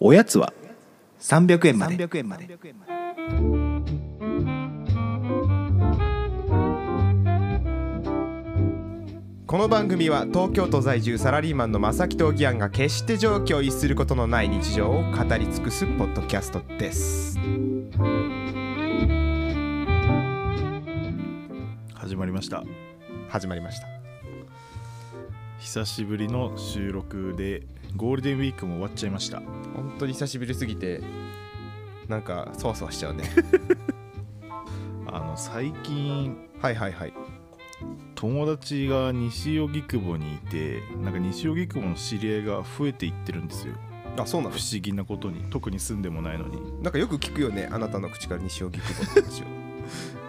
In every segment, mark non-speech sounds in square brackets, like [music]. おやつは300円まで300円までこの番組は東京都在住サラリーマンの正木とおぎやんが決して常況を逸することのない日常を語り尽くすポッドキャストです始まりました始まりました久しぶりの収録でゴールデンウィークも終わっちゃいました本当に久しぶりすぎてなんかそわそわしちゃうねあの最近 [laughs] はいはいはい友達が西荻窪にいてなんか西荻窪の知り合いが増えていってるんですよあそうな不の思議なことに特に住んでもないのになんかよく聞くよねあなたの口から西荻窪の話を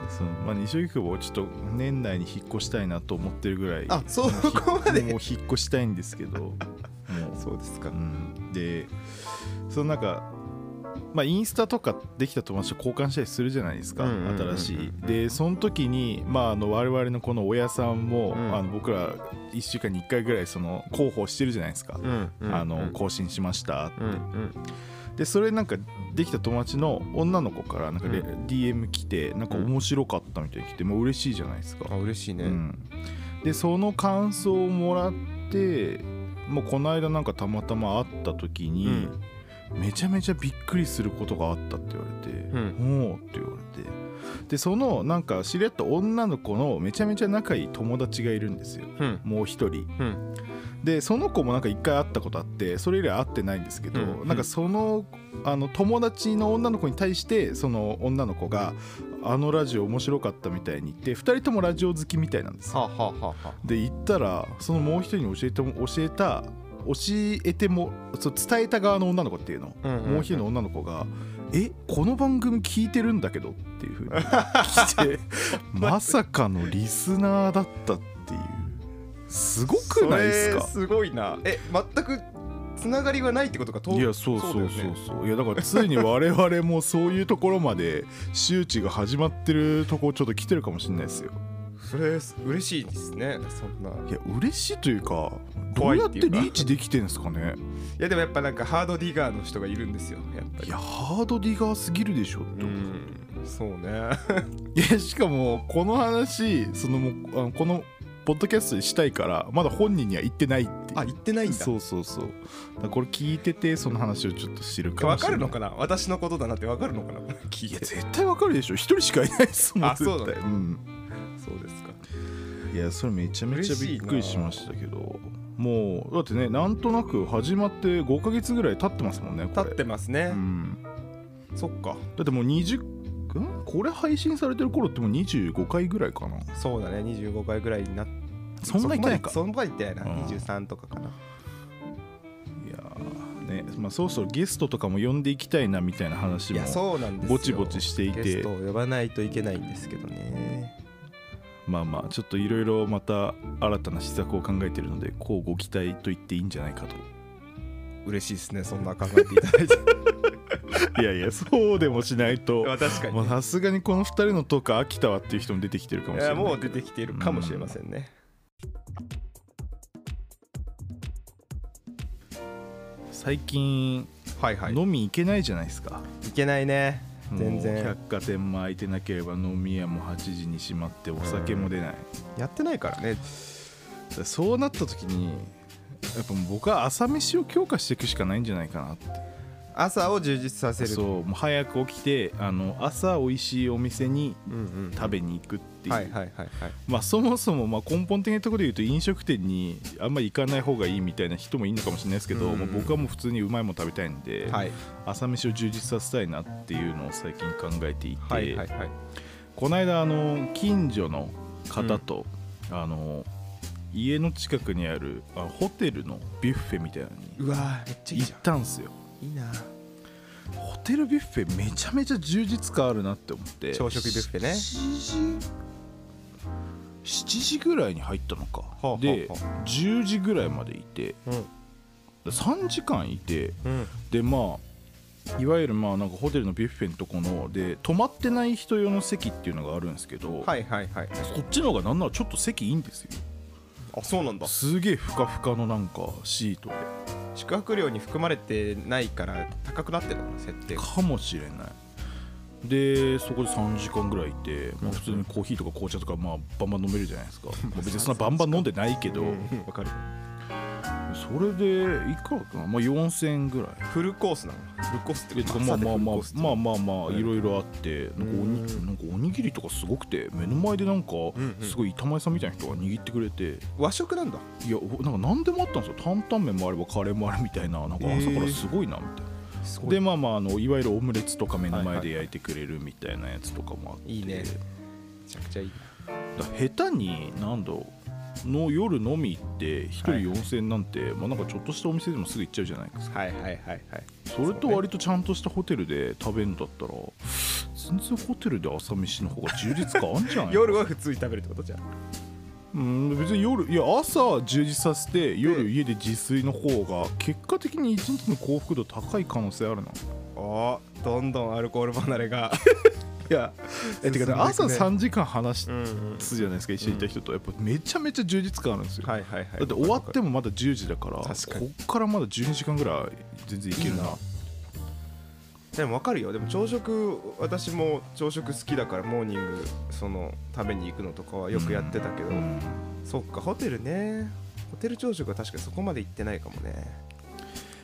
その、まあ、西荻窪をちょっと年内に引っ越したいなと思ってるぐらい [laughs] あそこまもでう引っ越したいんですけどもうそうですかうん、でそのなんか、まあ、インスタとかできた友達と交換したりするじゃないですか、うんうんうんうん新しいでその時に、まあ、あの我々のこの親さんも、んあの僕ら1週間に1回ぐらいその広報してるじゃないですか、うんうんあうのん更新しましたうんうんでそれなんかできた友達の女の子からなんかレ、う DM 来てなんか面白かったみたいに来てもう嬉しいじゃないですかあ、嬉しいね、うん、でその感想をもらってもうこの間なんかたまたま会った時に、めちゃめちゃびっくりすることがあったって言われて「おお」って言われてでそのなんか知り合った女の子のめちゃめちゃ仲いい友達がいるんですようんもう一人、うんでその子もなんか一回会ったことあってそれ以来会ってないんですけど、うんうんなんかそのあの友達の女の子に対してその女の子が「あのラジオ面白かった」みたいに言って2人ともラジオ好きみたいなんですよはあ、はあはあはあ、で行ったらそのもう一人に教えても教えた教えてもそう伝えた側の女の子っていうの、うんうんうんもう一人の女の子が「えこの番組聞いてるんだけど」っていうふうに [laughs] 来てまさかのリスナーだったっていうすごくないですかそれすごいなえ全くつながりがないってことかといやそうそうそうだそようねいやだからついに我々もそういうところまで周知が始まってるとこちょっと来てるかもしれないですよそれ嬉しいですねそんないや嬉しいというかど怖ういやっってていリうかーチできてんですかねいやでもやっぱなんかハードディガーの人がいるんですよやっぱいりやハードディガーすぎるでしょってう思う、んそうねいやしかもこの話そのもうあのこのポッドキャストでしたいからまだ本人には言ってないっていうあ言ってないんだそうそうそうだからこれ聞いててその話をちょっと知るかもわしれかないるのかな私のことだなってわかるのかな聞いいやて絶対わかるでしょ一人しかいないですもんあそうだね絶対うんそうですかいやそれめちゃめちゃびっくり嬉しいしなましたけどもうだってねなんとなく始まって5ヶ月ぐらい経ってますもんねこ立れってますねう、ん、そっかだってもう20んこれ配信されてる頃ってもう25回ぐらいかなそうだね25回ぐらいになっそんな言ってないかそんな言ってないなうん23とかかないやーねまあそろそろゲストとかも呼んでいきたいなみたいな話いもやそうなんですよぼちぼちしていてゲストを呼ばないといけないんですけどねまあまあちょっといろいろまた新たな施策を考えてるのでこうご期待と言っていいんじゃないかと [laughs] 嬉しいですねそんな考えていただいていやいやそうでもしないと [laughs] まあ [laughs] 確かまあさすがにこの2人のトーク飽きたわっていう人も出てきてるかもしれないもう出てきているかもしれませんね、最近はいはい飲み行けないじゃないですか、いけないね全もう然百貨店も開いてなければ飲み屋も8時に閉まってお酒も出ない、やってないからねだからそうなった時にやっぱもう僕は朝飯を強化していくしかないんじゃないかなって朝を充実させるそうもう早く起きてあの朝美味しいお店にうんうん食べに行くっていう、はいはいはいはいまあ、そもそもまあ根本的なところで言うと飲食店にあんまり行かない方がいいみたいな人もいるのかもしれないですけど、うんもう僕はもう普通にうまいもの食べたいんで、はい朝飯を充実させたいなっていうのを最近考えていて、はいはいはいこの間あの近所の方と、あの家の近くにあるあホテルのビュッフェみたいなのにうわーめっちゃいい行じっゃたんすよんいいなホテルビュッフェめちゃめちゃ充実感あるなって思って朝食ビュッフェね7時7時ぐらいに入ったのか、あはあでは10時ぐらいまでいてうん3時間いてうんでまあいわゆるまあなんかホテルのビュッフェのとこので泊まってない人用の席っていうのがあるんですけど、はいはいはいこっちの方がなんならちょっと席いいんですよあそうなんだすげえふかふかのなんかシートで宿泊料に含まれてないから高くなってるのかな設定がかもしれないでそこで3時間ぐらいいて、まあ、普通にコーヒーとか紅茶とかまあバンバン飲めるじゃないですか、まあ別にそんなバンバン飲んでないけど、うんわかるそれでいくらだったかな、まあ、4000円ぐらいフルコースなのフルコースってえいっうかとまあまあまあ朝でフルコースっていうまあまのあまあいろいろあってなんかおにうんなんかおにぎりとかすごくて目の前でなんかんうんすごい板前さんみたいな人が握ってくれて和食なんだいやおなんか何でもあったんですよ担々麺もあればカレーもあるみたいななんか朝からすごいなみたいな。すでまあまああのいわゆるオムレツとか目の前で焼いてくれるみたいなやつとかもあっていいねめちゃくちゃいいだから下手に何度の夜飲み行って1人はいはい4000なんて、まあ、なんかちょっとしたお店でもすぐ行っちゃうじゃないですかはいはいはいはいそれと割とちゃんとしたホテルで食べるんだったら全然ホテルで朝飯の方が充実感あんじ [laughs] ゃない夜は普通に食べるってことじゃんうん別に夜いや朝充実させて夜家で自炊の方が結果的に一日の幸福度高い可能性あるなおーどんどんアルコール離れが [laughs] いやえてかだから朝進んでいくね3時間話しん、うん、つじゃないですか一緒にいた人とやっぱめちゃめちゃ充実感あるんですよ、はいはいはいだって終わってもまだ10時だから確かにこっからまだ12時間ぐらい全然いけるないいなでも分かるよでも朝食私も朝食好きだからモーニングその食べに行くのとかはよくやってたけど、うんそっかホテルねホテル朝食は確かにそこまで行ってないかもね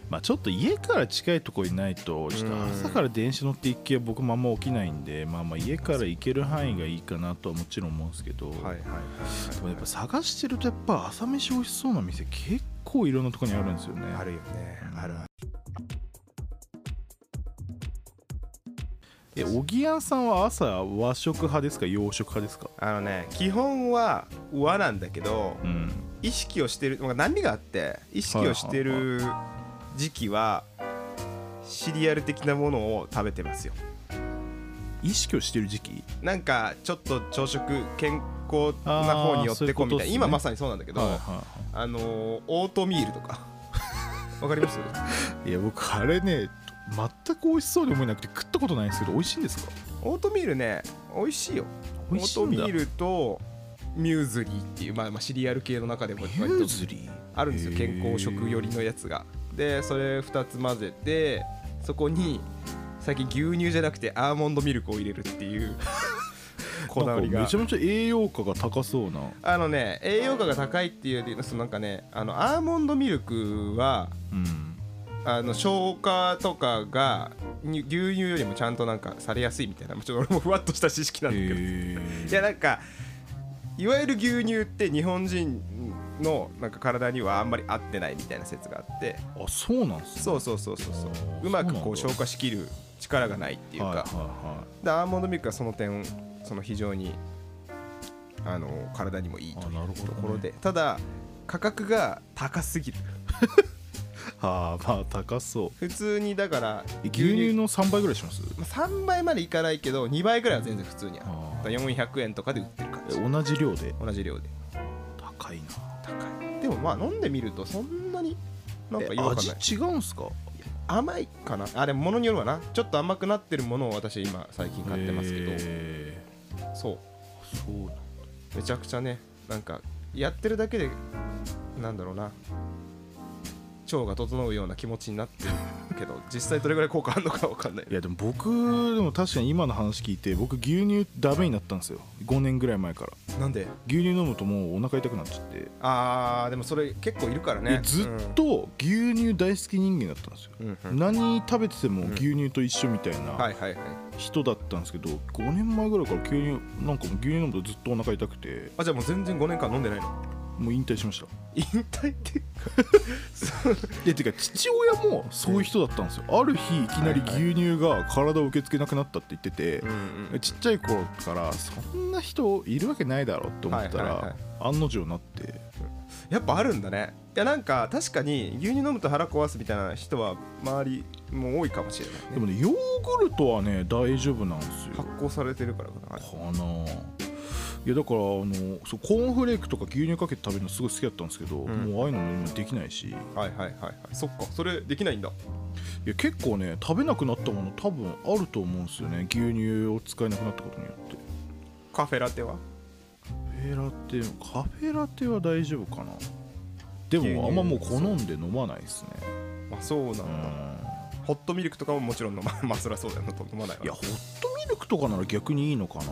まあ、ちょっと家から近いところにないとちょっと朝から電車乗って行けば僕もあんま起きないんで、まあ、まあ家から行ける範囲がいいかなとはもちろん思うんですけど、はいはいはいではもいやっぱ探してるとやっぱ朝飯美味しそうな店結構いろんなとこにあるんですよねあるよねあるあるえおぎやんさんは朝和食派ですか洋食派ですかあのね基本は和なんだけどうん意識をしてるなんか波があって意識をしてる時期はシリアル的なものを食べてますよ意識をしてる時期なんかちょっと朝食健康な方に寄あーってこうみたいなそういうことっすね今まさにそうなんだけど、はいはあのーオートミールとか [laughs] わかりますいはいいや僕あれね全く美味しそうに思えなくて食ったことないんですけど美味しいんですかオートミールね美味しいよ美味しいんだオートミールとミューズリーっていう、まあ、まあシリアル系の中でもミ割ューとズリーあるんですよ健康食寄りのやつがでそれ2つ混ぜてそこに最近牛乳じゃなくてアーモンドミルクを入れるっていう [laughs] こだわりなんがかめちゃめちゃ栄養価が高そうなあのね栄養価が高いっていうよりそのなんかねあのアーモンドミルクはうんあの消化とかがに牛乳よりもちゃんとなんかされやすいみたいなちょっと俺もふわっとした知識なんだけど、いやなんかいわゆる牛乳って日本人のなんか体にはあんまり合ってないみたいな説があってあそうなんすねそうそうそうそうそうあーうまくこうそうなんだ消化しきる力がないっていうはいかはでアーモンドミルクはその点その非常にあの体にもいいいはいとあなるほど、ね、ころでただ価格が高すぎるは [laughs] あまあ高そう普通にだからえ牛乳の3倍ぐらいしますまあ3倍までいかないけど2倍ぐらいは全然普通にあるあだから400円とかで売ってる感えじ同じ量で同じ量で高いな高いでもまあ飲んでみるとそんなになんか違え和感ない味違うんすか甘いかなあでも物によるわなちょっと甘くなってるものを私今最近買ってますけど、へそーそうなんだうめちゃくちゃねなんかやってるだけでなんだろうな腸が整うような気持ちになってるけ [laughs] ど実際どれぐらい効果あるのかわかんないいやでも僕でも確かに今の話聞いて僕牛乳ダメになったんですよ5年ぐらい前からなんで牛乳飲むともうお腹痛くなっちゃって、あーでもそれ結構いるからねでずっと牛乳大好き人間だったんですよ、うん、うんうん何食べてても牛乳と一緒みたいはないはいはい人だったんですけど5年前ぐらいから急になんかもう牛乳飲むとずっとお腹痛くてあじゃあもう全然5年間飲んでないのもう引退しました引退ってでてか父親もそういう人だったんですよある日いきなり牛乳が体を受け付けなくなったって言っててんちっちゃい頃からそんな人いるわけないだろうって思ったはいはいはらい案の定なってやっぱあるんだねいやなんか確かに牛乳飲むと腹壊すみたいな人は周りも多いかもしれない、ね、でもねヨーグルトはね大丈夫なんですよ発酵されてるからかなあれかないやだからあのそうコーンフレークとか牛乳かけて食べるのすごい好きだったんですけど、んもうああいうのも今できないしいはいはいはいはいそっかそれできないんだや結構ね食べなくなったもの多分あると思うんですよね牛乳を使えなくなったことによってカフェラテはえェラテカフェラテは大丈夫かなで牛乳もあんまもう好んで飲まないですねあそうなんだ、うんホットミルクとかももちろん飲ま [laughs] まあそりゃそうだよ飲まないわいやホットミルクとかなら逆にいいのかな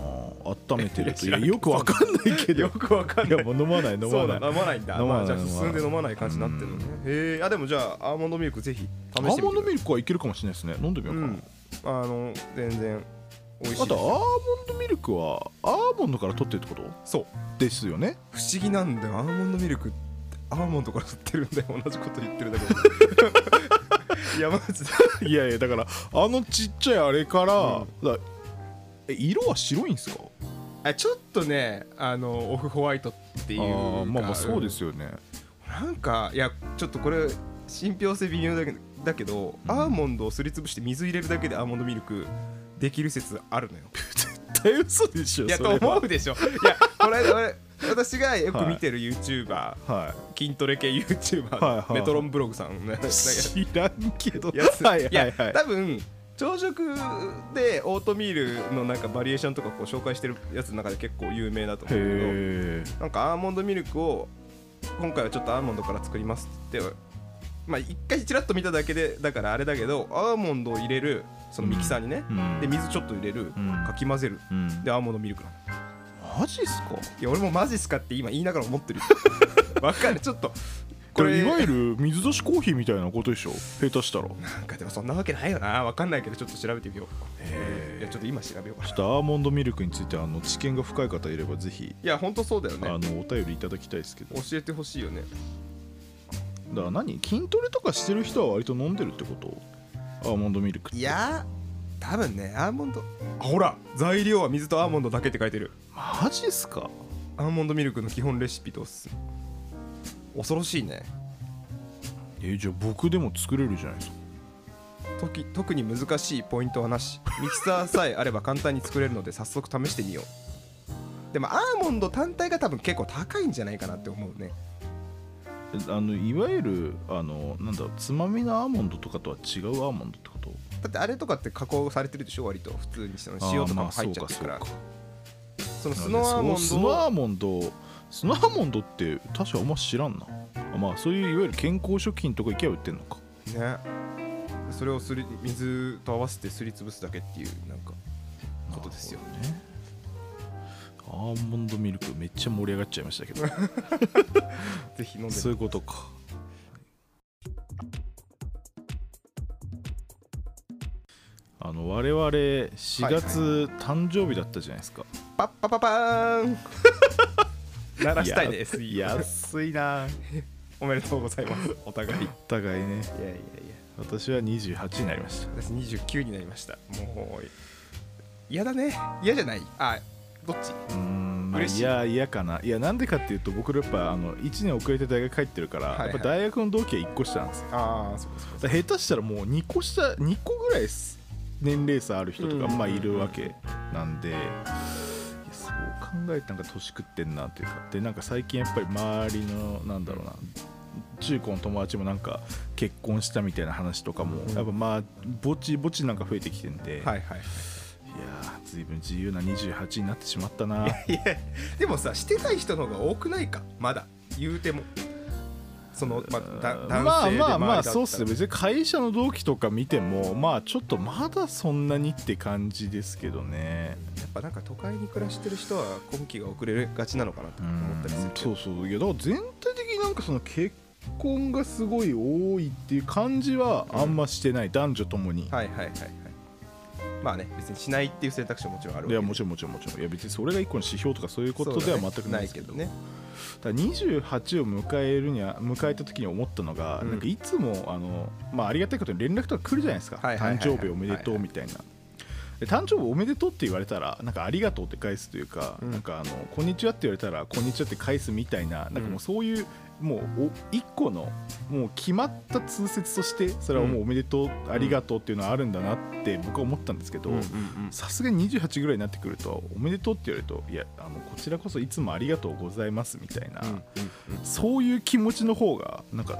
温めて [laughs] るといいやや知らんよくわかんないけどよくわかんいなやいもう飲まない飲 [laughs] そまうなだい飲まないんだ飲ままなあいじゃあ飲まない進んで飲まない感じになってるのねへえあでもじゃあアーモンドミルクぜひア試してみてーモンドルミルクはいけるかもしれないですね飲んでみようかな、うんあの全然美味しいあとアーモンドミルクはアーモンドから取ってるってことそうですよね不思議なんだよアーモンドミルクってアーモンドから吸ってるんだよ同じこと言ってるだけで [laughs] いやマジでいやいやだからあのちっちゃいあれから,、だえ色は白いんですかあちょっとねあのオフホワイトっていうあかーまあまあそうですよね、なんかいやちょっとこれ信憑性微妙だけどだけど、うんアーモンドをすりつぶして水入れるだけでアーモンドミルクできる説あるのよ [laughs] 絶対嘘でしょいやそとれは思うでしょいやこれ俺私がよく見てる YouTuber、は筋トレ系 YouTuber、はいはいメトロンブログさんのやいつ知らんけどやつはいいはいやはい多分朝食でオートミールのなんかバリエーションとかこう紹介してるやつの中で結構有名だと思うんだけどへえなんかアーモンドミルクを今回はちょっとアーモンドから作りますって言ってまあ一回ちらっと見ただけでだからあれだけどアーモンドを入れるそのミキサーにね、うんで水ちょっと入れる、んかき混ぜるうんでアーモンドミルクなのマジっすかいや俺もマジっすかって今言いながら [laughs] 思ってるわかるちょっとこれいわるゆる水出しコーヒーみたいなことでしょ下手したらちなんかでもそんなわけないよなわかんないけどちょっと調べてみよういやちょっと今調べようかなょっとアーモンドミルクについてあの知見が深い方いればぜひいやほんとそうだよあねのお便りいただきたいですけど教えてほしいよねだから何筋トレとかしてる人は割と飲んでるってことアーモンドミルクっていや多分ねアーモンドあほら材料は水とアーモンドだけって書いてるマジっすかアーモンドミルクの基本レシピとおすすめ恐ろしいねえじゃあ僕でも作れるじゃないですかとき特に難しいポイントはなしミキサーさえあれば簡単に作れるので早速試してみようでもアーモンド単体が多分結構高いんじゃないかなって思うねえあのいわゆるあのなんだろうつまみのアーモンドとかとは違うアーモンドってことだってあれとかって加工されてるでしょ割と普通にその塩とかも入っちゃってるから、あまあそうかそのそスうかノーアーモンドスノーアーモンドスノーアーモンドって確かあんま知らんなあまあそういういわゆる健康食品とか行けば売ってんのかねそれをすり水と合わせてすりつぶすだけっていうなんかことですよねアーモンドミルクめっちゃ盛り上がっちゃいました [laughs] けどぜひ飲んでみてそういうことかあの我々4月誕生日だったじゃないですか、パッパパパー [laughs] ン鳴らしたいです安いなおめでとうございますお互 [laughs] いいお互いねやいやいや私は28になりました私29になりましたもう嫌だね嫌じゃないあどっちうーんまあ嬉しいいや嫌かないやなんでかっていうと僕らやっぱあの1年遅れて大学帰ってるから、はいはいやっぱ大学の同期は1個下なんですよああそうかそうだから下手したらもう2個下2個ぐらいです年齢差ある人とかうんまあいるわけなんでいやそう考えたらなんか年食ってんなというかでなんか最近やっぱり周りのなんだろうな中高の友達もなんか結婚したみたいな話とかも、うんやっぱまあぼちぼちなんか増えてきてんで、、はいいはいやー随分自由な28になってしまったないやでもさしてない人の方が多くないかまだ言うてもその、まあ、だ男性でまあまあまあそうっっすね別に会社の同期とか見てもまあちょっとまだそんなにって感じですけどねやっぱなんか都会に暮らしてる人は今期が遅れがちなのかなとうか思ったりするんけどそうそういやだから全体的になんかその結婚がすごい多いっていう感じはあんましてない、男女ともに、はいはいはいはいまあね別にしないっていう選択肢ももちろんあい、るわけやもちちろんもちろんもちろんいや別にそれが一個の指標とかそういうころとでは全くないですけどねただ28を迎えるには迎えた時に思ったのが、うんなんかいつもあの、まあ、ありがたいことに連絡とか来るじゃないですか、はいはいはいはい誕生日おめでとうみたいな、で誕生日おめでとうって言われたらなんかありがとうって返すというか、うんなんかあのこんにちはって言われたらこんにちはって返すみたいななんかうもんうそういう、もうお一個のもう決まった通説としてそれはもうおめでとう、ありがとうっていうのはあるんだなって僕は思ったんですけど、うんうんうんさすがに28ぐらいになってくると「おめでとう」って言われると「いやあのこちらこそいつもありがとうございます」みたいな、うんうんうんそういう気持ちの方がなんか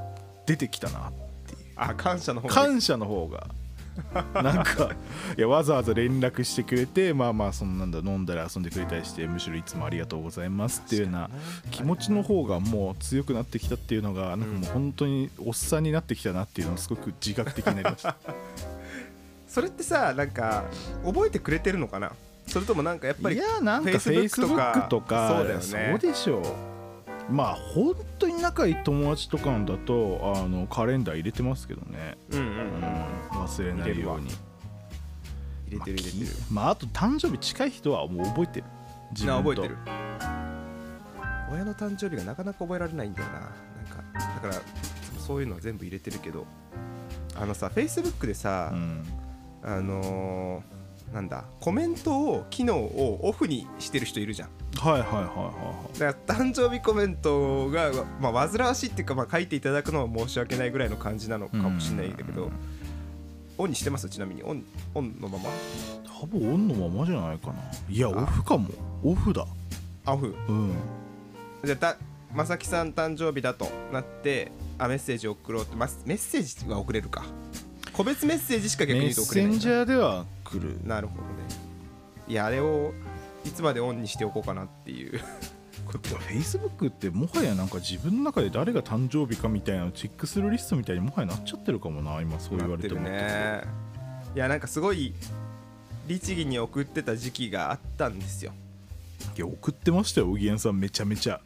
出てきたなっていうあ感謝の方が [laughs] 感謝の方がなんかいやわざわざ連絡してくれてまあまあそんなんだ飲んだら遊んでくれたりしてむしろいつもありがとうございますっていうような気持ちの方がもう強くなってきたっていうのがなんかもう本当におっさんになってきたなっていうのがすごく自覚的になりました。それってさなんか覚えてくれてるのかなそれともなんかやっぱりいやなんか Facebook とか Facebook とかそうだよねそうでしょうまあ本当に仲いい友達とかのだとあのカレンダー入れてますけどね、うんうんうん、忘れないように入れてる入れてるまああと誕生日近い人はもう覚えてる自な分と覚えてる親の誕生日がなかなか覚えられないんだよななんかだからそういうのは全部入れてるけどあのさ Facebook でさ、うんあのーなんだコメントを機能をオフにしてる人いるじゃんはいはいはいはだから誕生日コメントが、まあ、煩わしいっていうか、まあ、書いていただくのは申し訳ないぐらいの感じなのかもしれないんだけうどんオンにしてますちなみにオンオンのままいはい多分オンのままじゃないかないやオフかもオフだあオフうんじゃあたまさきさん誕生日だとなってあメッセージ送ろうってまメッセージは送れるか個別メッセージしか逆メッに言うと送セれないンジャーでは来るなるほどねいやあれをいつまでオンにしておこうかなっていうことフェイスブックってもはやなんか自分の中で誰が誕生日かみたいなのをチェックするリストみたいにもはやなっちゃってるかもな今そう言われてもなってるねいやなんかすごい律儀に送ってた時期があったんですよいや送ってましたよおぎやんさんめちゃめちゃ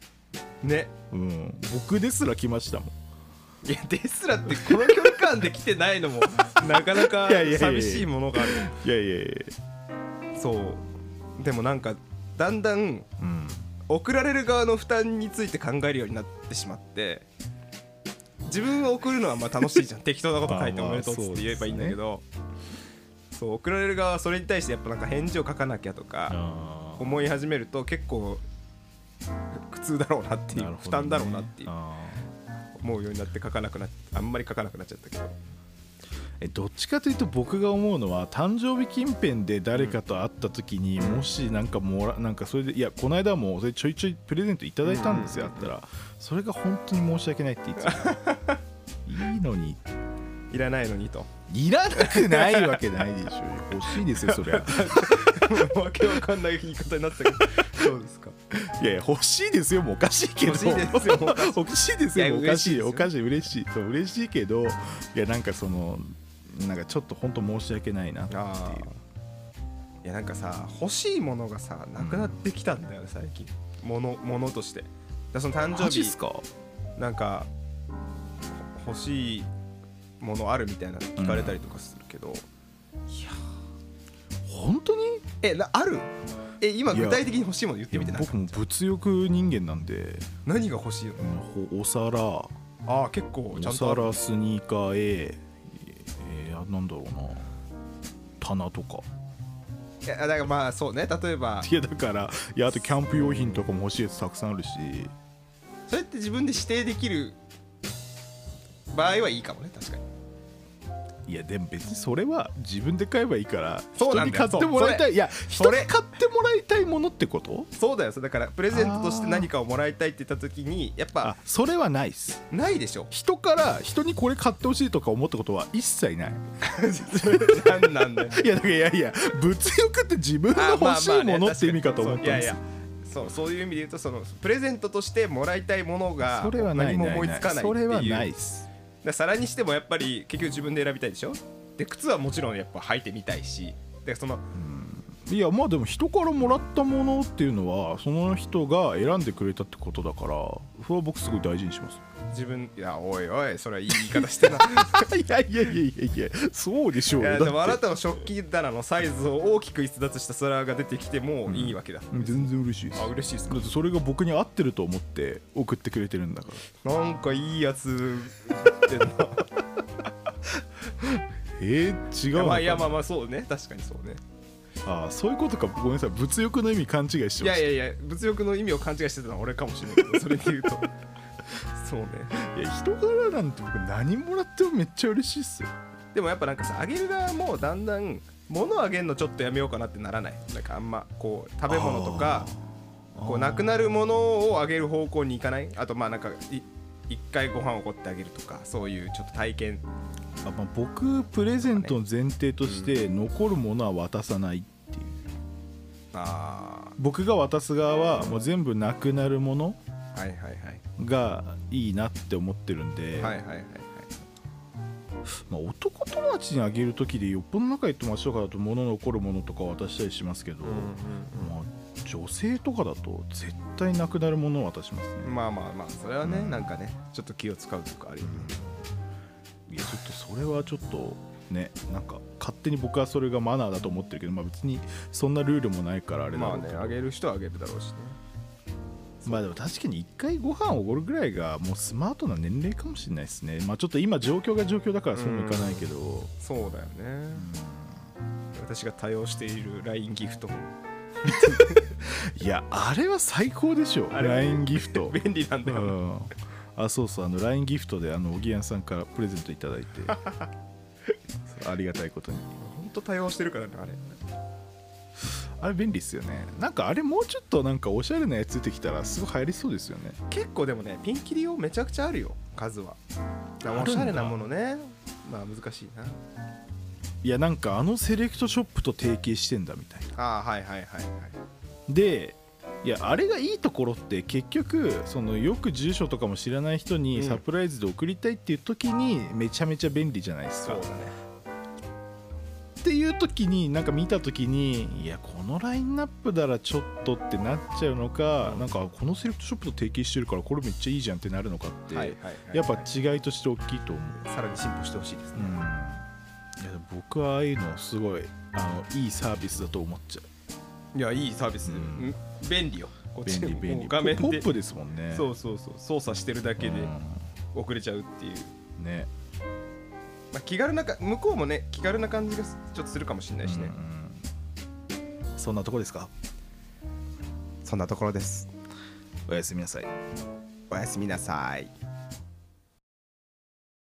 ねうん僕ですら来ましたもんいやですらってこの距離感で来てないのも [laughs] なかなかいやいやいやいや寂しいものがあるいやいやいやそうでもなんかだんだんうん送られる側の負担について考えるようになってしまって自分を送るのはまあ楽しい [laughs] じゃん適当なこと書いて「まあまあおめでとう」っつって言えばいいんだけどそう送られる側はそれに対してやっぱなんか返事を書かなきゃとかあー思い始めると結構苦痛だろうなっていう、なるほどね負担だろうなっていうあ思うようになって書かなくなっあんまり書かなくなっちゃったけどーえどっちかというと僕が思うのは誕生日近辺で誰かと会った時にもしなんかもらなんかそれでいやこの間もそれちょいちょいプレゼントいただいたんですよあったらそれが本当に申し訳ないっていつもいいのにいらないのにといらなくないわけないでしょうよ欲しいですよそりゃわけわかんない言い方になったけど [laughs] そうですか [laughs] いやいや欲しいですよもうおかしいけど欲しいですよもうおかしい欲しいですよもうおかしいいおや嬉しいですよかしい嬉しいそう嬉しいけどいやなんかそのなんかちょっと本当申し訳ないなっていうあーいやなんかさ欲しいものがさなくなってきたんだよね最近ものものとしてだからその誕生マジっ日すかなんかほ欲しいものあるみたいなの聞かれたりとかするけど、本当にえなあるえ今いや具体的に欲しいもの言ってみていやなんか僕も物欲人間なんで何が欲しいのうんほお皿おああ結構ちゃんとある皿スニーカー A えー、なんだろうな棚とかいやだからまあそうね例えばいやだからいやあとキャンプ用品とかも欲しいやつたくさんあるしそれって自分で指定できる場合はいいかもね確かにいやでも別にそれは自分で買えばいいからそう人なんにだ買よってもらいたそいいや人そにれ買ってもらいたいものってことそうだよそうだからプレゼントとして何かをもらいたいって言った時にやっあぱそれはないっすないでし [laughs] ょ人から人にこれ買ってほしいとか思ったことは一切 [laughs] ない何なん [laughs] だよいやだからいやいや物欲って自分のあまあ欲しいものって意味かと思ったんですよまあね確かにそういやいやそうそういう意味で言うとそのプレゼントとしてもらいたいものがそれはない何もない思いなついかないそってれはないいうっすだ皿にしてもやっぱり結局自分で選びたいでしょで靴はもちろんやっぱ履いてみたいしでそのいやまあでも人からもらったものっていうのはその人が選んでくれたってことだからそれは僕すごい大事にします自分いやおいおいそれはいい言い方してない [laughs] いやいやいやいやいやそうでしょうよやだでってもあなたの食器棚のサイズを大きく逸脱した皿が出てきてもいいわけだ、全然嬉しいですあ嬉しいですだってそれが僕に合ってると思って送ってくれてるんだかなんかいいやつらえー、違うのかまあいやまあまあそうね確かにそうねああそういうことかごめんなさい物欲の意味勘違いしていまやしいやいや物欲の意味を勘違いしてたのは俺かもしれないけどそれで言うと [laughs] そうねたいや人からなんて僕何もらってもめっちゃ嬉しいっすよでもやっぱなんかさあげる側もだんだん物あげんのちょっとやめようかなってならないなんかあんまこう食べ物とかこうなくなるものをあげる方向に行かないあとまあなんかい一回ご飯をおごってあげるとかそういうちょっと体験あまあ僕プレゼントの前提として残るものは渡さないっていうあ僕が渡す側はもう全部なくなるものあはいはいがいいなって思ってるんで、はいはいはいはいはいまあ、男友達にあげる時でよっぽど仲いい友達とかだと物残るものとか渡したりしますけど、まあ、女性とかだと絶対なくなるものを渡しますねまあまあまあそれはね、うんなんかねちょっと気を使うとかあるよね、いやちょっとそれはちょっとねなんか勝手に僕はそれがマナーだと思ってるけど、まあ、別にそんなルールもないからあれだまろあうけねど、あげる人はあげるだろうしねまあでも確かに一回ご飯おごるぐらいがもうスマートな年齢かもしれないですねまあちょっと今状況が状況だからそうもいかないけど、そうだよね、私が多用している LINE ギフトいやあれは最高でしょあれ LINE ギフ [laughs] ト便利なんだうよ、ねんあそうそうあの LINE ギフトであのおぎやんさんからプレゼントいただいて [laughs] ありがたいことにほんと多用してるからねあれあれ便利っすよねなんかあれもうちょっとなんかおしゃれなやつ出てきたらすごい流行りそうですよね結構でもねピンキリ用めちゃくちゃあるよ数はだからあるんおだしゃれなものねまあ難しいないやなんかあのセレクトショップと提携してんだみたいなああはいはいはいはいでいやあれがいいところって結局そのよく住所とかも知らない人にうんサプライズで送りたいっていう時にめちゃめちゃ便利じゃないですか、そうだっねていう時になんか見た時にいやこのラインナップならちょっとってなっちゃうのかなんかこのセレクトショップと提携してるからこれめっちゃいいじゃんってなるのかって、はいはいはいはいやっぱ違いとして大きいと思うさらに進歩してほしいですね、うんいやでも僕はああいうのすごいあのいいサービスだと思っちゃういやいいサービス、ううんん、便利よこっち便利便も利う画面でポポップですもんねそうそうそう操作してるだけでう遅れちゃうっていう、んねまあ、気軽なか向こうもね気軽な感じがすちょっとするかもしれないしね、うんうんそんなとこですかそんなところですおやすみなさいおやすみなさい